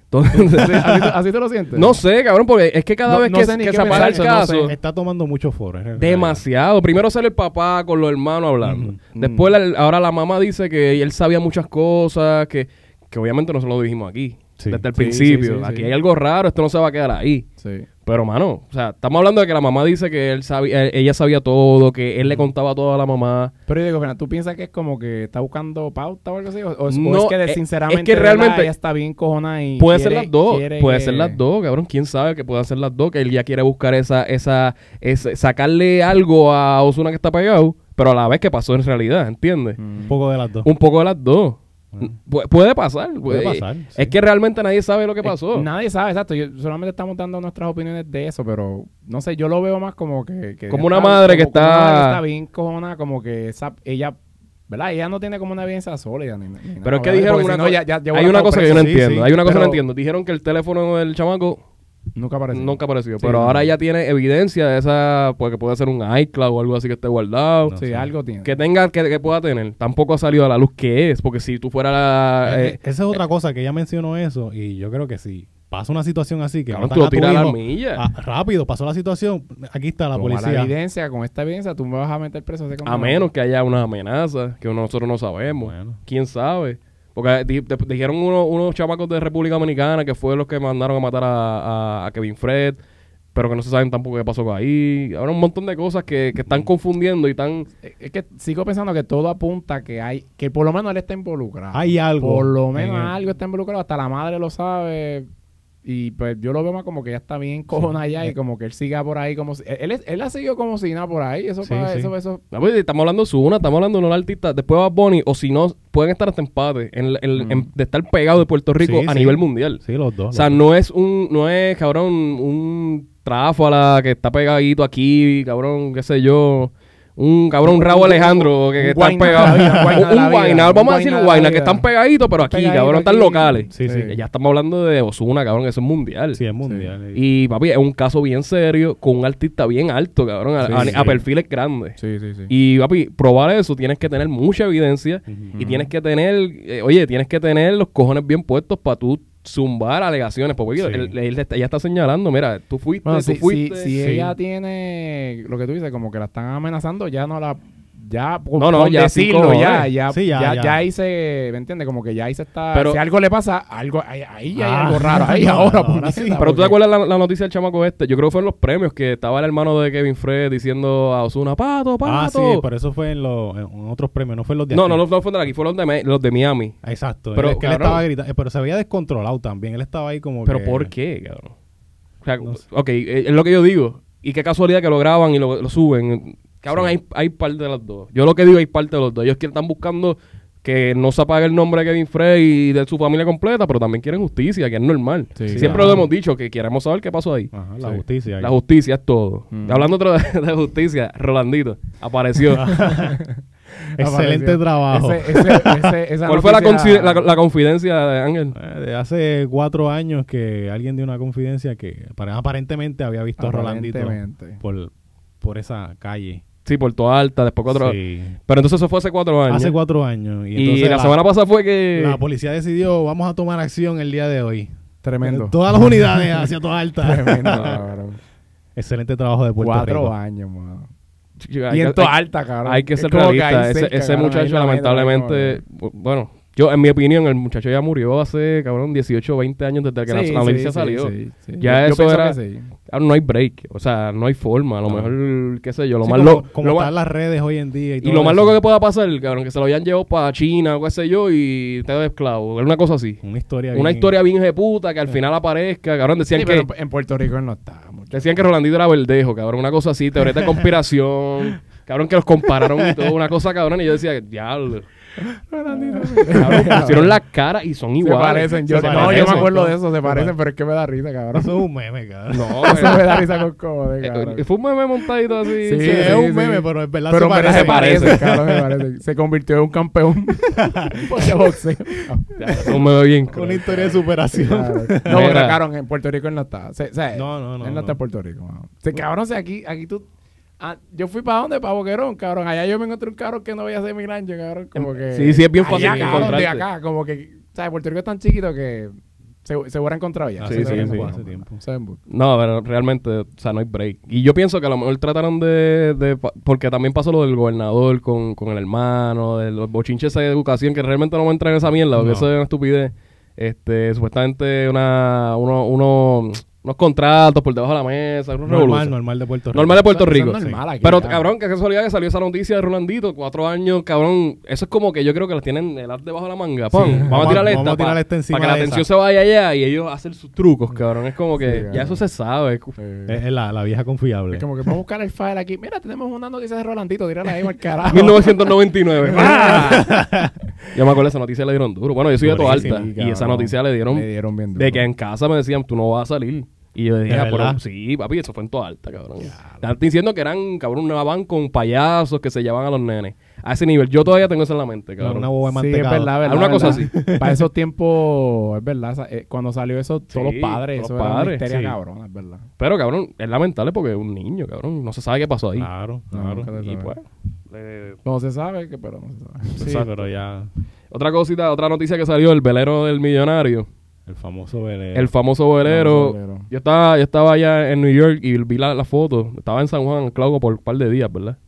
S1: Entonces,
S3: ¿Así, así, así te lo sientes?
S1: no sé, cabrón, porque es que cada
S3: No-
S1: vez
S3: no
S1: que,
S3: sé ni
S1: que
S3: qué
S1: se para el
S3: pensar, no sé.
S1: caso,
S2: Está tomando mucho foro. en realidad.
S1: demasiado. Primero sale el papá con los hermanos hablando.
S2: Ujú.
S1: Después, la- ahora la mamá dice que él sabía muchas cosas, que, que obviamente nosotros lo dijimos aquí,
S2: Sí.
S1: desde el
S3: Sí, sí,
S1: principio.
S3: sí, sí.
S1: aquí hay algo raro, esto no se va a quedar ahí.
S3: Sí.
S1: Pero, mano, o sea, estamos hablando de que la mamá dice que él sabía, eh, ella sabía todo, que él le contaba todo a la mamá.
S3: Pero yo digo, Fernando, ¿tú piensas que es como que está buscando pauta o algo así? ¿O, o es, o
S1: No,
S3: es que de-
S1: eh,
S3: sinceramente
S1: es que
S3: de verdad,
S1: realmente-
S3: ella está bien cojonada y
S1: Puede
S3: quiere-
S1: ser las dos,
S3: quiere
S1: puede
S3: que-
S1: ser las dos, cabrón. ¿Quién sabe que puede ser las dos? Que él ya quiere buscar esa, esa, ese- sacarle algo a Osuna que está pegado, pero a la vez que pasó en realidad, ¿entiendes?
S3: Mm.
S2: Un poco de las dos.
S1: Un poco de las dos.
S2: Ah.
S1: Pu- puede pasar,
S2: Puede
S1: güey.
S2: pasar,
S1: pues, eh, Es
S2: sí.
S1: que realmente nadie sabe lo que
S3: Eh,
S1: pasó.
S3: Nadie sabe, exacto. Yo, solamente estamos dando nuestras opiniones de eso, pero no sé, yo lo veo más como que. que
S1: Como una madre que
S3: como una
S1: está-
S3: madre que está bien cojonada, como que esa, ella. ¿Verdad? Ella no tiene como una evidencia sólida. Ni, ni nada,
S1: Pero es que
S3: obviamente,
S1: dijeron
S3: porque
S1: una
S3: si no,
S1: cosa.
S3: ya- ya llevo
S1: Hay
S3: la
S1: una
S3: cabo
S1: cosa que yo no
S2: presa. Sí,
S1: entiendo.
S2: sí.
S1: Hay una cosa que no
S3: Pero-
S1: entiendo. Dijeron que el teléfono del chamaco
S3: preso. Nunca apareció.
S1: Nunca apareció.
S3: Sí,
S1: pero
S3: no.
S1: ahora ya tiene evidencia de esa, porque puede ser un iCloud o algo así que esté guardado.
S2: No
S3: Sí,
S2: sé.
S3: algo tiene.
S1: Que tenga, que, que pueda tener. Tampoco ha salido a la luz que es, porque si tú fuera la...
S2: Eh,
S1: eh,
S2: eh, Esa es otra cosa que ella mencionó eso y yo creo que si pasa una situación así que
S1: Cabrón,
S2: matan
S1: tú lo
S2: a tu
S1: tiras a la
S2: hijo,
S1: milla.
S2: ah, rápido, pasó la situación, aquí está la
S3: Toma la
S2: policía.
S3: evidencia, con esta evidencia, tú me vas a meter preso. así como-
S1: a menos que haya unas amenazas que nosotros no sabemos.
S2: Bueno.
S1: ¿Quién sabe? Porque di- de- dijeron uno- unos chamacos de República Dominicana que fue los que mandaron a matar a, a- a Kevin Fred, pero que no se saben tampoco qué pasó ahí. Ahora un montón de cosas que, que están confundiendo y están...
S3: Eh, Es que sigo pensando que todo apunta a que hay. Que por lo menos él está involucrado.
S2: Hay algo.
S3: Por lo
S2: en
S3: menos
S2: el-
S3: algo está involucrado, hasta la madre lo sabe. Y pues yo lo veo más como que ya está bien cojona ya
S1: Eh.
S3: y como que él siga por ahí como si... Él, es- él ha seguido como si nada por ahí, eso
S2: Sí,
S3: pa-
S2: sí.
S3: eso, eso...
S1: Ah, pues, Estamos hablando de Zuna, estamos hablando de un artista. Después va Bonnie, o si no, pueden estar hasta empate en, en-
S3: Mm.
S1: en- de estar pegado de Puerto Rico
S2: Sí,
S1: a
S2: sí.
S1: nivel mundial.
S2: Sí, los dos.
S1: O sea,
S2: los
S1: no es un, no es, cabrón, un tráfala que está pegadito aquí, cabrón, qué sé yo. Un cabrón, un Rabo Alejandro que, que
S3: un
S1: están
S3: guayna de la
S1: pegados.
S3: vida, un guayna de
S1: Un
S3: la
S1: un
S3: vida,
S1: guayna,
S3: un
S1: vamos a
S3: guayna
S1: decir
S3: de
S1: un
S3: la
S1: guayna, que
S3: vida.
S1: están pegaditos, pero aquí,
S3: Pegadito
S1: cabrón, están
S3: aquí.
S1: locales.
S2: Sí, sí.
S1: Ya estamos hablando de Osuna, cabrón, eso es mundial.
S2: dos. Sí, es mundial.
S1: Y papi, es un caso bien serio con un artista bien alto, cabrón, a,
S3: Sí,
S1: a-
S3: sí.
S1: a perfiles grandes.
S3: Sí, sí, sí.
S1: Y papi, probar eso tienes que tener mucha evidencia
S2: Ujú.
S1: y tienes que tener, eh, oye, tienes que tener los cojones bien puestos para tú zumbar alegaciones, porque
S2: Sí.
S1: oye, él- él está- ella está señalando, mira, tú fuiste,
S3: bueno,
S1: tú
S3: si, si,
S1: fuiste.
S3: si
S2: sí.
S3: ella tiene lo que tú dices, como que la están amenazando, ya no la... Ya, por-
S1: No, no,
S3: por
S1: ya sí,
S3: decirlo,
S1: cojones.
S3: ya, ya,
S2: Sí, ya,
S3: ya,
S2: ya.
S3: ya ahí se, ¿me entiendes? Como que ya ahí se está,
S1: Pero-
S3: si algo le pasa, algo, ahí, ahí hay
S2: Ah.
S3: algo raro, ahí
S2: No,
S3: ahora,
S2: no, ahora sí.
S3: puñeta,
S1: Pero tú te
S3: porque-
S1: acuerdas la, la noticia del chamaco este, yo creo que fue en los premios que estaba el hermano de Kevin Fred diciendo a Osuna, pato, pato.
S2: Ah, sí, pero eso fue en, los en otros premios, no fue en los de
S1: no,
S2: aquí.
S1: no, no, no fue de aquí, fueron de, Mi- los de Miami.
S2: Exacto.
S1: Pero,
S2: Pero, que él
S1: cabrón.
S2: estaba gritando, eh, pero se había descontrolado también. Él estaba ahí como
S1: Pero
S2: que-
S1: ¿por qué, cabrón? O sea,
S2: No sé.
S1: ok, eh, es lo que yo digo. Y qué casualidad que lo graban y lo, lo suben. Cabrón, hay, hay parte de las dos. Yo lo que digo, hay parte de los dos. Ellos quieren- están buscando que no se apague el nombre de Kevin Frey y de su familia completa, pero también quieren justicia, que es normal.
S3: Sí,
S1: Siempre
S2: claro.
S1: lo hemos dicho, que queremos saber qué pasó ahí.
S2: Ajá, la
S3: Sí.
S2: justicia. ahí.
S1: La justicia es todo.
S3: Mm.
S1: Hablando otra vez de justicia, Rolandito apareció.
S2: Excelente
S3: Apareció.
S2: trabajo.
S3: Ese- ese- ese- esa
S1: ¿Cuál fue la,
S3: noticia-
S1: consi- la- la confidencia de Ángel?
S2: Eh, De hace cuatro años que alguien dio una confidencia que apare- aparentemente había visto a Rolandito
S3: Aparentemente.
S2: por, por esa calle.
S1: Sí, Puerto Alta, después cuatro.
S2: Sí.
S1: Pero entonces eso fue hace cuatro años.
S2: Hace cuatro años. Y,
S1: Y,
S2: entonces
S1: la, semana pasada fue que.
S2: la policía decidió, vamos a tomar acción el día de hoy.
S3: Tremendo.
S2: Todas las unidades hacia toda alta.
S3: Tremendo, cabrón.
S2: Excelente trabajo de Puerto
S3: Cuatro
S2: Rico.
S3: años, mano.
S1: Yo- hay
S3: Y en
S1: que-
S3: toda
S1: hay-
S3: alta, cabrón.
S1: Hay que
S3: Es
S1: ser
S3: como ahí
S1: realista. Ese,
S3: cerca,
S1: ese
S3: cabrón, ahí
S1: muchacho,
S3: la meta,
S1: lamentablemente. bu-
S3: cabrón.
S1: Bueno, yo, en mi opinión, el muchacho ya murió hace, cabrón, 18 o 20 años desde que la-
S3: Sí,
S1: la
S3: sí,
S1: noticia
S3: sí,
S1: salió.
S3: sí, sí.
S1: Ya
S3: Yo- yo
S1: eso
S3: pienso
S1: era-
S3: que sí.
S1: Ahora no hay break. O sea, no hay forma. A lo
S3: Ah.
S2: No.
S1: mejor, qué sé yo, lo
S2: Sí,
S1: más
S2: como,
S1: lo-
S2: como
S1: lo más-
S2: están las redes hoy en día. Y,
S1: Y
S2: todo
S1: lo más
S2: eso.
S1: loco que pueda pasar, cabrón, que se lo hayan llevado para China o qué sé yo y te de esclavo. Una cosa así.
S2: Una historia.
S1: Una
S2: bien-
S1: historia bien puta que al final aparezca, cabrón. Decían
S3: Sí,
S1: que.
S3: pero en Puerto Rico él no está. muchacho.
S1: Decían que Rolandito era verdejo, cabrón, una cosa así, teoría de conspiración, cabrón, que los compararon y todo, una cosa cabrón, y yo decía, diablo, cabrón, pusieron las caras y son
S3: Se
S1: iguales.
S3: parecen. Yo,
S1: Se
S3: no,
S1: parecen.
S3: yo me acuerdo de eso. Se
S2: Se
S3: parecen,
S2: parecen.
S3: pero es que me da risa, cabrón.
S2: Eso es un meme, cabrón.
S1: No,
S3: Eso me
S1: eh,
S3: da risa con cojones, cabrón.
S1: eh, fue un meme montadito así.
S3: Sí,
S2: Sí,
S1: sí.
S2: es
S3: sí,
S2: un
S3: sí.
S2: meme, pero en verdad
S3: Pero
S2: se
S3: en
S2: parece.
S3: verdad se parecen,
S1: parecen.
S3: cabrón, se parecen. Se convirtió en un campeón Pues, de boxeo.
S1: Ya, eso es un meme bien.
S2: Una
S1: cruel.
S2: historia de superación.
S3: Claro. No, pero
S1: Mira.
S3: cabrón, en Puerto Rico él no está. Se- se-
S2: No, no, no,
S3: Él no,
S2: no.
S3: está en Puerto Rico. mano. O sea, cabrón, o sea, aquí, aquí tú. ah, yo fui para dónde? Para Boquerón, cabrón. Allá yo me encontré un cabrón que no veía hace mil años, cabrón. Como que.
S1: Em, Sí, sí, es bien fácil
S3: allá, cabrón, de
S1: encontrarte.
S3: acá. Como que. O sea, Puerto Rico es tan chiquito que se, se hubiera encontrado ya.
S2: Ah,
S1: sí,
S3: se
S1: sí,
S3: hubiera
S1: sí,
S3: encontrado.
S2: hace tiempo.
S3: Se hubiera encontrado.
S1: No, pero realmente, o sea, no hay break. Y yo pienso que a lo mejor trataron de... de pa- porque también pasó lo del gobernador con, con el hermano, de los bochinches de educación, que realmente no me entran en esa mierda, porque
S2: No.
S1: eso es una estupidez. Este, supuestamente una, uno, uno- unos contratos por debajo de la mesa, una
S2: Normal,
S1: revolución.
S2: normal de Puerto Rico.
S1: Normal de Puerto
S3: Eso- eso
S1: Rico.
S3: es normal aquí,
S1: Pero,
S3: ya.
S1: cabrón, que casualidad que salió esa noticia de Rolandito, cuatro años, cabrón. Eso es como que yo creo que las tienen el as debajo de la manga. Pon, vamos,
S2: Vamos
S1: a
S2: a-
S1: tirar esta.
S2: vamos a tirar
S1: pa-
S2: esta encima
S1: Para que la
S2: de
S1: atención
S2: esa.
S1: se vaya allá y ellos hacen sus trucos, cabrón. Es como que ya
S3: cabrón.
S1: eso se sabe. cu-
S3: Eh,
S2: Es, es la, la vieja confiable.
S3: es como que vamos a buscar el file aquí. Mira, tenemos una noticia de Rolandito. Tírala ahí, mal carajo.
S1: 1999. ¡Ah! yo me acuerdo esa noticia le dieron duro. Bueno, yo soy de toda
S2: Durísimo,
S1: alta.
S3: Sí,
S1: Y esa
S3: cabrón.
S1: noticia le dieron
S3: Le dieron bien duro.
S1: de que en casa me decían, tú no vas a salir. Y yo dije,
S2: ¿De
S1: ah, pero
S2: verdad?
S1: sí, papi, eso fue en toda alta, cabrón. Están diciendo que eran, cabrón, una van con payasos que se llevaban a los nenes. A ese nivel. Yo todavía tengo eso en la mente,
S2: No,
S1: cabrón.
S2: una boba de
S3: Sí, es
S2: mantecado.
S3: verdad, verdad.
S1: Alguna cosa
S3: Para esos tiempos, es verdad. esa- eh, cuando salió eso, todos
S1: Sí,
S3: los padres,
S1: todos
S3: eso
S1: los
S3: era una
S1: padres,
S3: histeria
S2: sí.
S3: cabrona, es verdad.
S1: Pero, cabrón, es lamentable porque es un niño, cabrón. No se sabe qué pasó ahí.
S3: Ah.
S2: Claro,
S3: No,
S2: claro.
S3: nunca se
S1: y
S3: sabe.
S1: pues... le-
S3: No se sabe, que, pero no se sabe.
S2: Sí,
S1: Exacto.
S2: pero ya
S1: Otra cosita, otra noticia que salió, el velero del millonario.
S2: el famoso
S3: Eh.
S2: velero.
S1: El famoso velero.
S3: Famoso velero.
S1: Yo estaba, yo estaba allá en New York y vi la, la foto. Estaba en San Juan, Claudio, por un par de días, ¿verdad?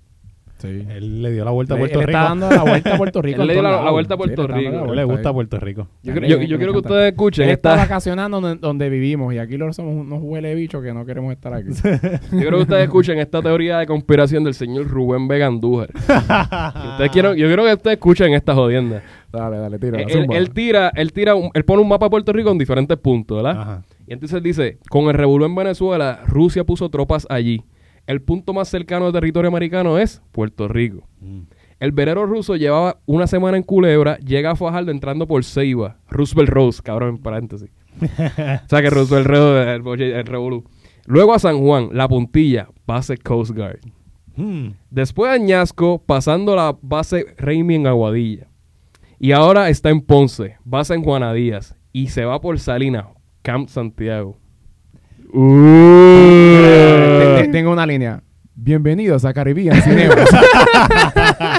S3: Sí.
S2: Él Eh, le dio la vuelta a
S3: Él-
S2: Puerto
S3: él
S2: Rico.
S3: está dando la vuelta a Puerto Rico.
S1: Él le
S3: en
S1: dio
S3: todos
S1: la- la
S3: lados.
S1: vuelta a Puerto
S3: le está dando
S1: Rico.
S3: la
S2: Él le
S3: vuelta
S2: gusta
S3: ahí.
S2: Puerto Rico.
S1: Yo,
S3: Dale,
S1: creo- yo-
S3: me
S1: yo quiero que
S3: encanta.
S1: ustedes escuchen
S3: Él está
S1: esta,
S3: vacacionando donde, donde vivimos y aquí lo somos unos huele bichos que no queremos estar aquí.
S1: yo creo que ustedes escuchen esta teoría de conspiración del señor Rubén Vegandújar. Si ustedes quieren, yo creo que ustedes escuchen esta jodienda. Eh,
S3: dale, dale, tira.
S1: Él, él- él tira, él tira, un- él pone un mapa de Puerto Rico en diferentes puntos, ¿verdad?
S2: Ajá.
S1: Y entonces dice, con el revolú en Venezuela, Rusia puso tropas allí. El punto más cercano del territorio americano es Puerto Rico.
S2: Mm.
S1: El verero ruso llevaba una semana en Culebra, llega a Fajardo entrando por Ceiba. Roosevelt Rose, cabrón, en paréntesis. o sea que Roosevelt Rose, el, boche- el revolú. Luego a San Juan, La Puntilla, base Coast Guard.
S2: Mm.
S1: Después a Añasco, pasando la base Raimi en Aguadilla. Y ahora está en Ponce, base en Juana Díaz. Y se va por Salinas, Camp Santiago.
S3: Uh. Te- te- Tengo una línea. Bienvenidos a Caribbean Cinema.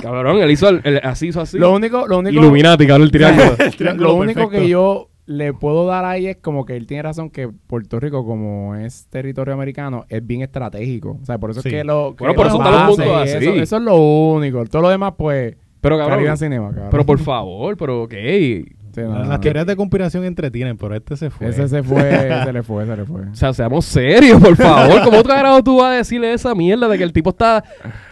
S1: Cabrón, él hizo el- el- así, hizo así.
S3: lo único, lo único.
S1: Illuminati, cabrón, el triángulo.
S3: lo
S2: triángulo
S3: lo único
S2: perfecto.
S3: que yo le puedo dar ahí es como que él tiene razón que Puerto Rico, como es territorio americano, es bien estratégico. O sea, por eso
S2: Sí.
S3: es que lo. que
S1: Bueno, por
S3: las
S1: eso están los
S3: bases
S1: puntos
S3: y
S1: así.
S3: Eso, eso es lo único. Todo lo demás, pues.
S1: Pero cabrón,
S3: Caribbean Cinema, cabrón.
S1: Pero por favor, pero ok.
S3: Sí, no, no,
S2: Las
S3: no.
S2: teorías de conspiración entretienen, pero este se fue.
S3: Ese se fue, se le fue, se le fue.
S1: O sea, seamos serios, por favor. ¿Cómo otro grado tú vas a decirle esa mierda de que el tipo está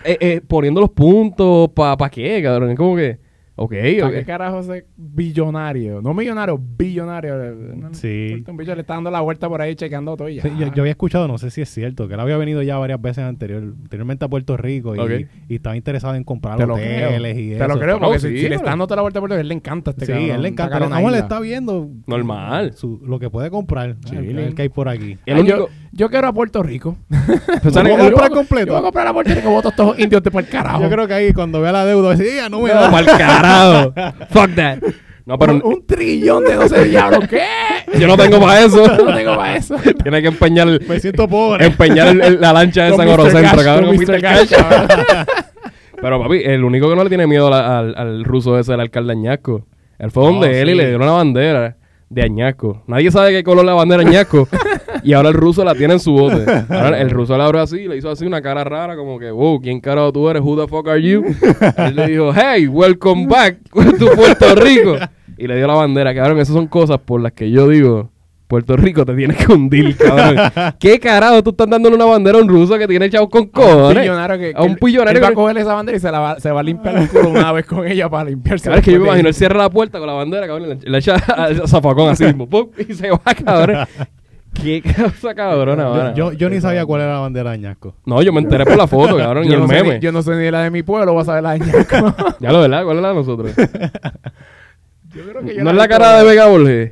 S1: eh, eh, poniendo los puntos para pa qué, cabrón? Es como que, ok,
S3: ¿Para
S1: ok.
S3: qué carajo ese billonario? No millonario, billonario. No, no,
S2: Sí.
S3: importa un bicho, le está dando la vuelta por ahí chequeando todo y ya.
S2: Sí, yo, yo había escuchado, no sé si es cierto, que él había venido ya varias veces anterior, anteriormente a Puerto Rico y,
S1: Ok.
S2: y estaba interesado en comprar
S3: te lo creo.
S2: hoteles y eso.
S3: Te lo creo,
S1: No,
S3: porque
S1: sí,
S3: si, si le
S1: pero-
S3: está dando toda la vuelta por él le encanta este
S2: Sí,
S3: cabrón.
S2: él le encanta.
S3: Sacar una
S2: Vamos, le
S3: isla.
S2: está viendo
S1: Normal.
S2: su- lo que puede comprar,
S1: Sí.
S2: el, que hay por aquí.
S1: El
S3: Ah,
S1: único-
S3: yo, Yo quiero a Puerto Rico.
S2: Pues, ¿sabes
S3: Yo
S2: qué?
S3: voy a
S2: Comprar
S3: co-
S2: completo.
S3: Yo voy a comprar a Puerto Rico, voto a estos indios de para el carajo.
S2: Yo creo que ahí cuando vea la deuda, va a decir, "Ya no me da
S1: Pa'l carajo. Fuck that. No, pero
S3: un, un trillón de 12 diablos. ¿Qué?
S1: yo no tengo para eso.
S3: Yo no tengo para eso.
S1: Tiene que empeñar,
S2: Me siento pobre.
S1: empeñar el- el- la lancha de
S3: Con
S1: San
S3: Mr.
S1: Orocentro,
S3: Cash,
S1: cabrón.
S3: con
S1: con Mr. Cash.
S3: cabrón.
S1: Pero papi, el único que no le tiene miedo a la- al, al ruso ese, el alcalde Añasco. Él fue donde
S2: Oh,
S1: él y
S2: sí.
S1: le dieron una bandera de Añasco. Nadie sabe qué color la bandera Añasco. y ahora el ruso la tiene en su bote. Ahora el ruso la abrió así, le hizo así una cara rara, como que, wow, ¿quién carajo tú eres? ¿Who the fuck are you? él le dijo, hey, welcome back to Puerto Rico. Y le dio la bandera, cabrón. Esas son cosas por las que yo digo. Puerto Rico te tienes que hundir, cabrón. ¿Qué carajo tú estás dándole una bandera a un ruso que tiene echado con
S3: Un
S1: cojones?
S3: pillonario que,
S1: a un
S3: que-
S1: pillonario
S3: él va a
S1: que-
S3: coger esa bandera y se, la va, se va a limpiar el culo una vez con ella para limpiarse.
S1: Claro, es que yo me
S3: después
S1: imagino,
S3: de-
S1: él cierra la puerta con la bandera, cabrón, y le, le echa al zafacón así mismo, ¡pum! y se va, cabrón. Qué cosa cabrona,
S2: Yo,
S1: mano.
S2: yo, yo ni sabía cuál era la bandera de Añasco.
S1: No, yo me enteré por la foto, cabrón, y
S3: yo
S1: el
S3: no sé
S1: meme.
S3: ni- yo no sé ni la de mi pueblo, vas a ver la de Ñaco.
S1: Ya lo verdad, ¿cuál es la de nosotros?
S3: Yo creo que yo
S1: no es
S3: he
S1: la
S3: visto.
S1: cara de Vega Borges.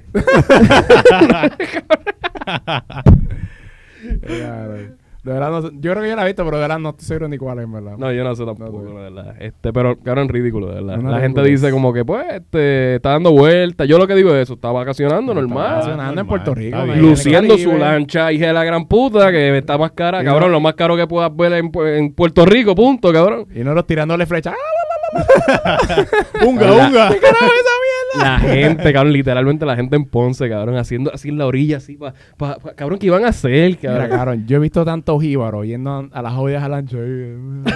S3: Ya, De de verdad, no sé- yo creo que yo la he visto, pero de verdad no estoy seguro ni cuál es, en ¿verdad?
S1: No, yo no sé
S3: No,
S1: tampoco,
S3: no.
S1: la verdad. Este, pero, cabrón, ridículo, de verdad.
S3: Una
S1: la gente
S3: ridiculez.
S1: dice como que, pues, este, está dando vueltas. Yo lo que digo es eso, está vacacionando, normal.
S3: vacacionando en
S2: normal,
S3: Puerto
S2: está
S3: Rico.
S2: bien.
S3: man.
S1: Luciendo
S3: En el
S1: su
S3: Caribe.
S1: lancha, hija de la gran puta, que está más cara.
S3: Y
S1: Cabrón,
S3: no-
S1: lo más caro que puedas ver en, Pu- en Puerto Rico, punto, cabrón.
S3: Y nosotros tirándole ¡Ah! flechas.
S2: ¡Unga, unga!
S1: La gente, cabrón, literalmente la gente en Ponce, cabrón, haciendo así en la orilla, así, pa, pa- pa- cabrón, ¿qué iban a hacer,
S3: Mira,
S1: cabrón?
S3: cabrón, yo he visto tantos jíbaros yendo a, a las jodidas al ancho. ahí.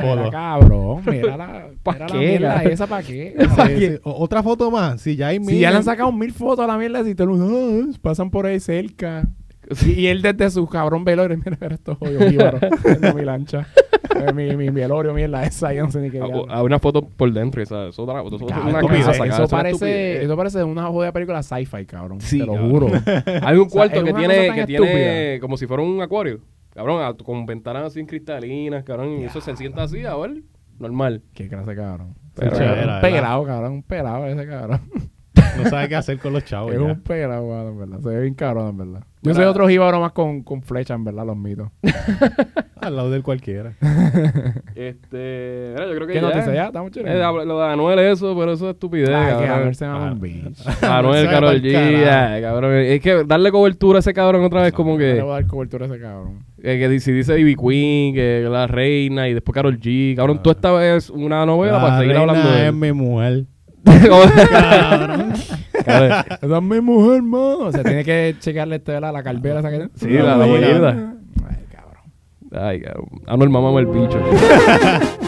S2: foto.
S3: Mira, cabrón, mira la,
S1: ¿Pa
S3: mira la
S1: qué,
S3: mierda
S1: cabrón?
S3: esa, ¿para qué?
S2: Sí, sí. O- Otra foto más. Si ya hay
S3: Si
S2: mil-
S3: ya le han sacado mil fotos a la mierda, si te lo ah, pasan por ahí cerca. Y, y él desde su cabrón velorio, mira, mira estos hoyos jíbaros en mi lancha. Eh, mi, mi velorio, mierda, esa, yo no sé ni qué.
S1: A-
S3: diablo.
S1: o- a una foto por dentro, ¿sabes? Eso, otra- eso es
S3: Cabrón,
S1: una
S2: estupidez,
S1: casa, cabrón,
S2: eso
S3: eso,
S1: es una
S3: parece,
S1: estupidez.
S3: eso parece una jodida película sci-fi, cabrón.
S1: Sí,
S3: te lo
S1: cabrón.
S3: juro.
S1: Hay un
S3: sea,
S1: cuarto
S3: es
S1: que
S3: una cosa
S1: tiene,
S3: tan
S1: que tiene
S3: estúpida.
S1: como si fuera un acuario, cabrón, a- con ventanas así en cristalinas, cabrón, y eso se sienta así, a ver, normal.
S3: Qué clase, cabrón.
S1: Pero
S3: Ese cabrón,
S2: era,
S3: un
S2: era.
S3: pelado, cabrón. Un pelado ese cabrón.
S2: No sabe qué hacer con los chavos.
S3: es
S2: ya.
S3: un pelado, cabrón, en verdad. Se ve bien cabrón, en verdad. Yo
S1: Mira.
S3: soy otro jíbaro más con, con flecha, en verdad, los mitos.
S2: Al lado del cualquiera.
S1: Este, mira, yo creo que
S3: ¿Qué
S1: ya.
S3: noticia ya? Estamos
S1: Eh,
S3: chidos.
S1: hab- lo de Anuel eso, pero eso es estupidez,
S3: Ah, que a
S1: cabrón.
S3: ver, se llama un bicho.
S1: Anuel,
S2: Sabe
S1: Karol
S2: pa'l
S1: G,
S2: carajo.
S1: ay, cabrón. Es que darle cobertura a ese cabrón otra vez como
S3: No
S1: que...
S3: Le voy a dar cobertura a ese cabrón.
S1: Eh, que di- si dice Ivy Queen, que la reina y después Carol G. Cabrón, tú esta vez una novela para
S2: Ah. La
S1: seguir
S2: reina
S1: hablando de
S2: es
S1: él.
S2: mi mujer.
S1: Cabrón.
S3: Esa es mi mujer, hermano. O sea, tiene que checarle este, ¿verdad? La calvera esa que
S1: Sí, la- la
S3: Mira.
S1: abuelita.
S3: Ay, cabrón.
S1: Ah, Ay, cabrón. Anuel, mamamos el bicho.